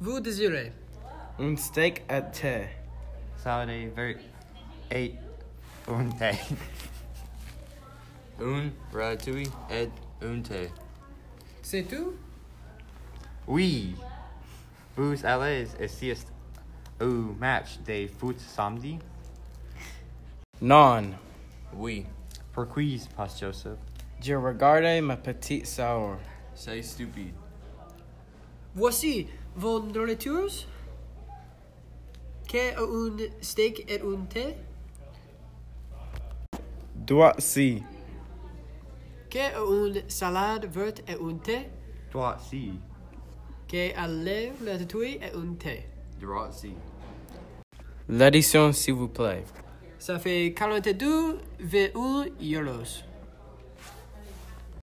Vous désirez Un steak à thé. Saudi ver et un thé. Un ratatouille et un thé. C'est tout Oui. Vous allez assister au match de foot samedi? Non. Oui, Pourquoi, pas Joseph? Je regarde ma petite soeur. c'est stupide. Voici vos nourritures. Qu'est un steak et un thé Doit-si. Qu'est une salade verte et un thé Toi si. Qu'est à lèvres ratatouille et un thé Droit si. L'addition, s'il vous plaît. Ça fait 42,1 euros.